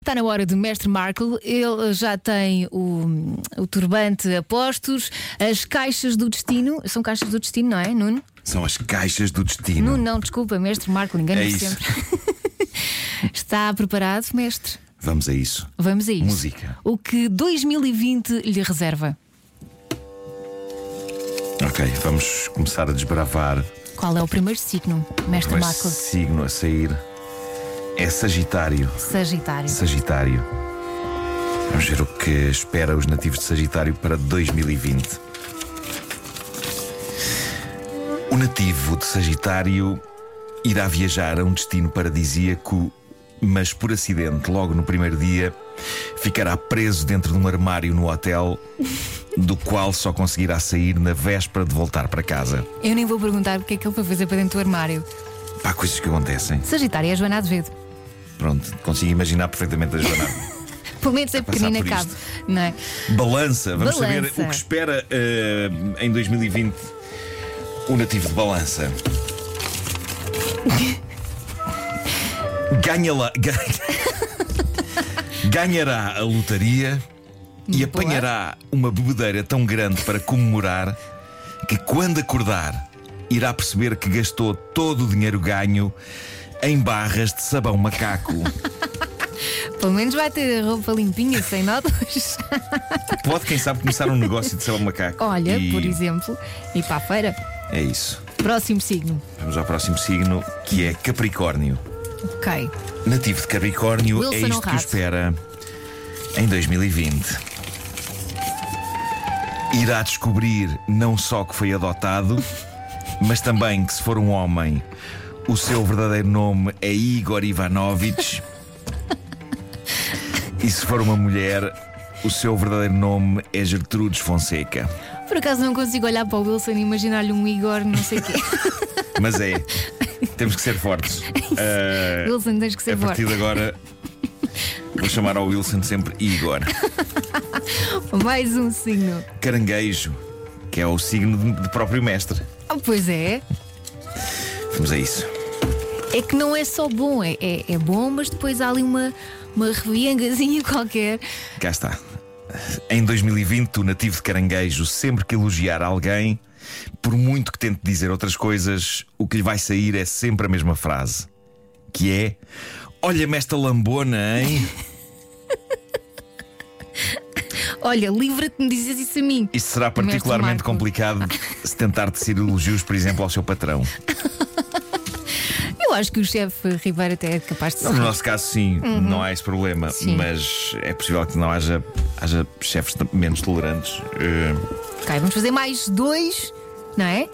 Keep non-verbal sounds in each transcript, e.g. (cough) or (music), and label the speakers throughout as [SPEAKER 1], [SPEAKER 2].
[SPEAKER 1] Está Tá na hora de Mestre Markle. Ele já tem o, o turbante a postos, as caixas do destino. São caixas do destino, não é, Nuno?
[SPEAKER 2] São as caixas do destino.
[SPEAKER 1] Nuno, não, desculpa, Mestre Markle,
[SPEAKER 2] é
[SPEAKER 1] engano-me
[SPEAKER 2] isso.
[SPEAKER 1] sempre. (laughs) Está preparado, Mestre?
[SPEAKER 2] Vamos a isso.
[SPEAKER 1] Vamos a isso.
[SPEAKER 2] Música.
[SPEAKER 1] O que 2020 lhe reserva?
[SPEAKER 2] Ok, vamos começar a desbravar
[SPEAKER 1] Qual é o primeiro signo, Mestre
[SPEAKER 2] o
[SPEAKER 1] Markle?
[SPEAKER 2] signo a sair. É Sagitário.
[SPEAKER 1] Sagitário.
[SPEAKER 2] Sagitário. Vamos ver o que espera os nativos de Sagitário para 2020. O nativo de Sagitário irá viajar a um destino paradisíaco, mas por acidente, logo no primeiro dia, ficará preso dentro de um armário no hotel, do qual só conseguirá sair na véspera de voltar para casa.
[SPEAKER 1] Eu nem vou perguntar o que é que ele foi fazer para dentro do armário.
[SPEAKER 2] Pá, coisas que acontecem.
[SPEAKER 1] Sagitário é Joana Azevedo.
[SPEAKER 2] Pronto, consigo imaginar perfeitamente a jornada.
[SPEAKER 1] Pelo menos é
[SPEAKER 2] passar
[SPEAKER 1] pequenina
[SPEAKER 2] por
[SPEAKER 1] cabe,
[SPEAKER 2] isto.
[SPEAKER 1] não é?
[SPEAKER 2] Balança, vamos
[SPEAKER 1] Balança.
[SPEAKER 2] saber o que espera eh, em 2020 o nativo de balança. Ganha lá. ganha- Ganhará a lotaria e
[SPEAKER 1] Boa.
[SPEAKER 2] apanhará uma bebedeira tão grande para comemorar que quando acordar irá perceber que gastou todo o dinheiro ganho em barras de sabão macaco.
[SPEAKER 1] Pelo menos vai ter a roupa limpinha, sem (laughs) nódulos.
[SPEAKER 2] Pode, quem sabe, começar um negócio de sabão macaco.
[SPEAKER 1] Olha,
[SPEAKER 2] E
[SPEAKER 1] por exemplo, e para a feira.
[SPEAKER 2] É isso.
[SPEAKER 1] Próximo signo.
[SPEAKER 2] Vamos ao próximo signo, que é Capricórnio.
[SPEAKER 1] Ok.
[SPEAKER 2] Nativo de Capricórnio,
[SPEAKER 1] Wilson
[SPEAKER 2] é isto que o
[SPEAKER 1] Honrado.
[SPEAKER 2] espera em 2020. Irá descobrir não só que foi adotado, mas também que se for um homem, o seu verdadeiro nome é Igor Ivanovich. e se for uma mulher, o seu verdadeiro nome é Gertrudes Fonseca.
[SPEAKER 1] Por acaso não consigo olhar para o Wilson e imaginar-lhe um Igor, não sei o
[SPEAKER 2] (laughs)
[SPEAKER 1] quê.
[SPEAKER 2] Mas é, temos que ser fortes. Ah,
[SPEAKER 1] Wilson, tens que ser
[SPEAKER 2] A partir
[SPEAKER 1] forte.
[SPEAKER 2] de agora Vou chamar ao Wilson sempre Igor
[SPEAKER 1] Mais um signo.
[SPEAKER 2] Caranguejo Que é o signo de- de próprio mestre
[SPEAKER 1] Ah, pois é.
[SPEAKER 2] Vamos a isso
[SPEAKER 1] É que não é só bom, é, é, é bom, mas depois há ali uma, uma reviengazinha (laughs) qualquer.
[SPEAKER 2] Cá está Em 2020 o nativo de caranguejo Sempre que elogiar alguém Por muito que tente dizer outras coisas O que lhe vai sair é sempre a mesma frase Que é Olha-me esta lambona, hein?
[SPEAKER 1] Olha, livra-te de me dizes isso a mim.
[SPEAKER 2] Isto será
[SPEAKER 1] Mestre
[SPEAKER 2] particularmente
[SPEAKER 1] Marco.
[SPEAKER 2] complicado Se tentar tecer elogios, por exemplo, ao seu patrão
[SPEAKER 1] Eu acho que o chefe Ribeiro até é capaz de
[SPEAKER 2] Não, no
[SPEAKER 1] ser.
[SPEAKER 2] nosso caso, sim, não há esse problema,
[SPEAKER 1] Uhum. Sim.
[SPEAKER 2] mas é possível que não haja, haja chefes t- menos tolerantes. Eh,
[SPEAKER 1] Ok, vamos fazer mais dois, não é?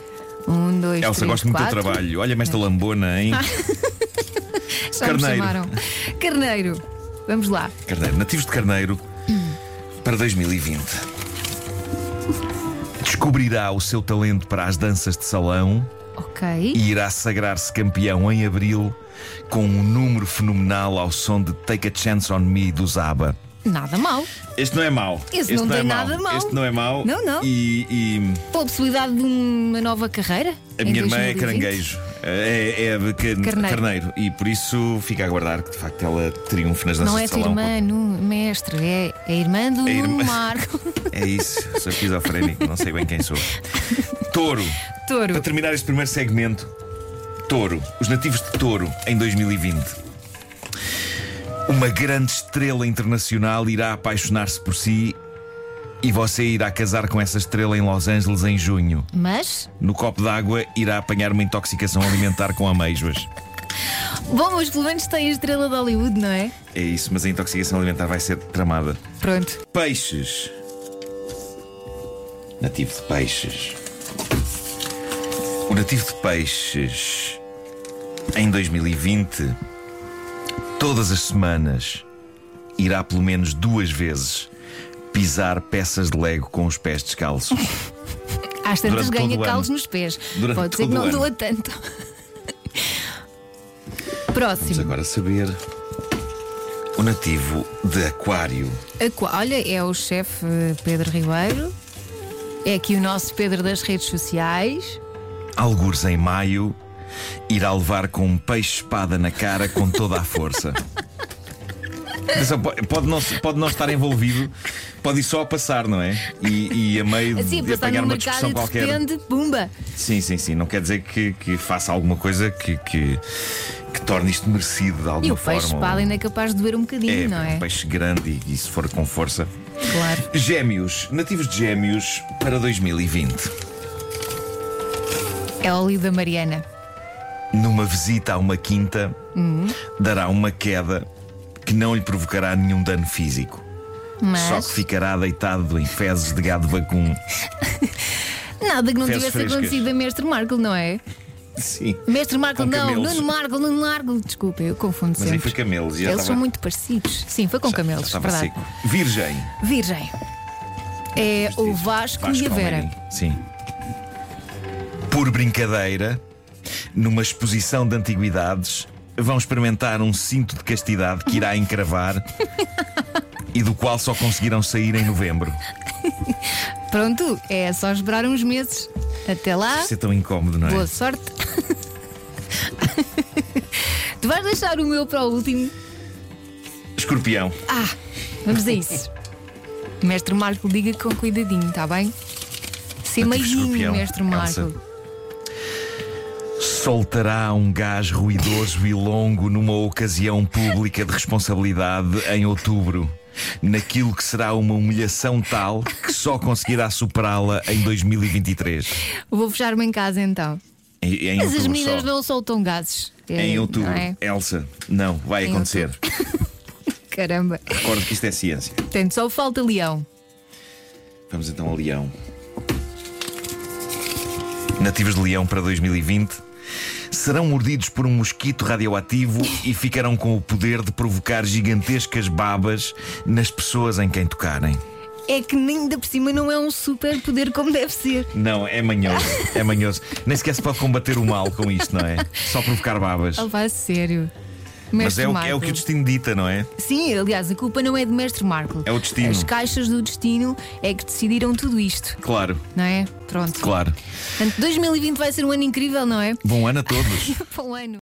[SPEAKER 1] Um, dois,
[SPEAKER 2] Elsa,
[SPEAKER 1] três,
[SPEAKER 2] gosto muito do
[SPEAKER 1] quatro. É. Ah.
[SPEAKER 2] teu trabalho. Olha-me esta lambona, hein?
[SPEAKER 1] Já me
[SPEAKER 2] Carneiro.
[SPEAKER 1] chamaram. Carneiro. Vamos lá.
[SPEAKER 2] Carneiro, nativos de Carneiro para 2020. Descobrirá o seu talento para as danças de salão
[SPEAKER 1] Ok.
[SPEAKER 2] e irá sagrar-se campeão em abril com um número fenomenal ao som de Take a Chance on Me do Zaba.
[SPEAKER 1] Nada mal.
[SPEAKER 2] Este não é mau.
[SPEAKER 1] Esse
[SPEAKER 2] este
[SPEAKER 1] não tem
[SPEAKER 2] é mau.
[SPEAKER 1] nada de mau.
[SPEAKER 2] Este não é mau.
[SPEAKER 1] Não, não.
[SPEAKER 2] E- e...
[SPEAKER 1] Pô, a possibilidade de uma nova carreira?
[SPEAKER 2] A
[SPEAKER 1] em
[SPEAKER 2] minha irmã é
[SPEAKER 1] 2020?
[SPEAKER 2] caranguejo. É, é de ca-
[SPEAKER 1] Carneiro.
[SPEAKER 2] carneiro. E por isso fica a aguardar que de facto ela triunfe nas danças
[SPEAKER 1] Não é
[SPEAKER 2] de
[SPEAKER 1] tua
[SPEAKER 2] salão.
[SPEAKER 1] irmã, no mestre, é, é a irmã do
[SPEAKER 2] É a
[SPEAKER 1] Nuno
[SPEAKER 2] irmã.
[SPEAKER 1] Marco. (laughs)
[SPEAKER 2] É isso, sou esquizofrénico, não sei bem quem sou. Touro, para
[SPEAKER 1] Touro.
[SPEAKER 2] terminar este primeiro segmento, Touro, os nativos de Touro em 2020. Uma grande estrela internacional irá apaixonar-se por si e você irá casar com essa estrela em Los Angeles em junho.
[SPEAKER 1] Mas,
[SPEAKER 2] No copo d'água irá apanhar uma intoxicação alimentar com amêijoas.
[SPEAKER 1] bom, mas pelo menos tem a estrela de Hollywood, não é?
[SPEAKER 2] É isso, mas a intoxicação alimentar vai ser tramada.
[SPEAKER 1] Pronto.
[SPEAKER 2] Peixes. Nativo de peixes. O nativo de peixes em 2020, todas as semanas, irá pelo menos duas vezes pisar peças de lego com os pés descalços.
[SPEAKER 1] Às tantas
[SPEAKER 2] Durante
[SPEAKER 1] ganha
[SPEAKER 2] todo o
[SPEAKER 1] calos
[SPEAKER 2] ano.
[SPEAKER 1] nos pés.
[SPEAKER 2] Durante
[SPEAKER 1] Pode ser
[SPEAKER 2] todo
[SPEAKER 1] que não
[SPEAKER 2] o ano.
[SPEAKER 1] doa tanto. (laughs)
[SPEAKER 2] Vamos
[SPEAKER 1] Próximo.
[SPEAKER 2] agora saber. O nativo de Aquário.
[SPEAKER 1] Aqua- Olha, é o chefe eh, Pedro Ribeiro. É aqui o nosso Pedro das redes sociais.
[SPEAKER 2] Algures em maio, irá levar com um peixe-espada na cara com toda a força. Atenção, po- pode, não, se- pode não estar envolvido, pode ir só a passar, não é? Hum, E, e a meio
[SPEAKER 1] Assim, a
[SPEAKER 2] de
[SPEAKER 1] passar
[SPEAKER 2] apanhar
[SPEAKER 1] no
[SPEAKER 2] uma
[SPEAKER 1] mercado
[SPEAKER 2] discussão
[SPEAKER 1] e de
[SPEAKER 2] qualquer.
[SPEAKER 1] repente, pumba!
[SPEAKER 2] Sim, sim, sim. Não quer dizer que, que faça alguma coisa que, que, que torne isto merecido de alguma
[SPEAKER 1] E o
[SPEAKER 2] forma.
[SPEAKER 1] peixe
[SPEAKER 2] ou-
[SPEAKER 1] pá, ainda é capaz de doer um bocadinho,
[SPEAKER 2] é,
[SPEAKER 1] não é?
[SPEAKER 2] um peixe grande e, e se for com força.
[SPEAKER 1] Claro.
[SPEAKER 2] Gêmeos, nativos de gêmeos para 2020.
[SPEAKER 1] É óleo da Mariana.
[SPEAKER 2] numa visita a uma quinta, dará uma queda que não lhe provocará nenhum dano físico. Só
[SPEAKER 1] Mas
[SPEAKER 2] que ficará deitado em fezes de gado vacum.
[SPEAKER 1] nada que não
[SPEAKER 2] fezes
[SPEAKER 1] tivesse
[SPEAKER 2] frescas.
[SPEAKER 1] acontecido a Mestre Marco, não é?
[SPEAKER 2] Sim.
[SPEAKER 1] Mestre Marco,
[SPEAKER 2] Com
[SPEAKER 1] não,
[SPEAKER 2] camelos.
[SPEAKER 1] Nuno Marco, Nuno Marco, desculpa, eu confundo
[SPEAKER 2] Mas aí
[SPEAKER 1] sempre.
[SPEAKER 2] foi camelos. e já
[SPEAKER 1] Eles
[SPEAKER 2] estava-
[SPEAKER 1] são muito parecidos. Sim, foi com
[SPEAKER 2] já-
[SPEAKER 1] camelos,
[SPEAKER 2] já estava
[SPEAKER 1] verdade.
[SPEAKER 2] seco. Virgem.
[SPEAKER 1] Virgem. É o Vasco, e a Vera.
[SPEAKER 2] Almeida. Sim. Por brincadeira, numa exposição de antiguidades, vão experimentar um cinto de castidade que
[SPEAKER 1] (laughs)
[SPEAKER 2] irá encravar e do qual só conseguirão sair em novembro.
[SPEAKER 1] Pronto, é só esperar uns meses. Até lá,
[SPEAKER 2] Isso é tão incómodo, não é?
[SPEAKER 1] boa sorte. (laughs) tu vais deixar o meu para o último.
[SPEAKER 2] Escorpião.
[SPEAKER 1] Ah, vamos a isso. Mestre Marco, liga com cuidadinho, está bem? Ser
[SPEAKER 2] Nativo
[SPEAKER 1] meiguinho,
[SPEAKER 2] escorpião,
[SPEAKER 1] Mestre Marco.
[SPEAKER 2] Elsa. Soltará um gás ruidoso e longo numa ocasião pública de responsabilidade em outubro. Naquilo que será uma humilhação tal que só conseguirá superá-la em 2023.
[SPEAKER 1] Vou fechar-me em casa então.
[SPEAKER 2] Em, em
[SPEAKER 1] Mas as
[SPEAKER 2] outubro
[SPEAKER 1] meninas
[SPEAKER 2] só.
[SPEAKER 1] não soltam gases. É,
[SPEAKER 2] Em outubro.
[SPEAKER 1] não é?
[SPEAKER 2] Elsa, não, vai
[SPEAKER 1] Em
[SPEAKER 2] acontecer.
[SPEAKER 1] Caramba.
[SPEAKER 2] Recordo que isto é ciência.
[SPEAKER 1] Portanto, só falta leão.
[SPEAKER 2] Vamos então a Leão. Nativos de Leão para 2020 serão mordidos por um mosquito radioativo e ficarão com o poder de provocar gigantescas babas nas pessoas em quem tocarem.
[SPEAKER 1] É que nem ainda por cima não é um super poder como deve ser.
[SPEAKER 2] Não, é manhoso, é manhoso. Nem sequer se pode combater o mal com isto, não é? Só provocar babas.
[SPEAKER 1] Oh, vai sério.
[SPEAKER 2] Mas
[SPEAKER 1] Mestre
[SPEAKER 2] é o,
[SPEAKER 1] Marco.
[SPEAKER 2] é o que o destino dita, não é?
[SPEAKER 1] Sim, aliás, a culpa não é de Mestre Marco.
[SPEAKER 2] É o destino.
[SPEAKER 1] As caixas do destino é que decidiram tudo isto,
[SPEAKER 2] Claro,
[SPEAKER 1] não é? Pronto.
[SPEAKER 2] claro.
[SPEAKER 1] Portanto, 2020 vai ser um ano incrível, não é? (laughs)
[SPEAKER 2] Bom ano a todos.
[SPEAKER 1] Bom ano.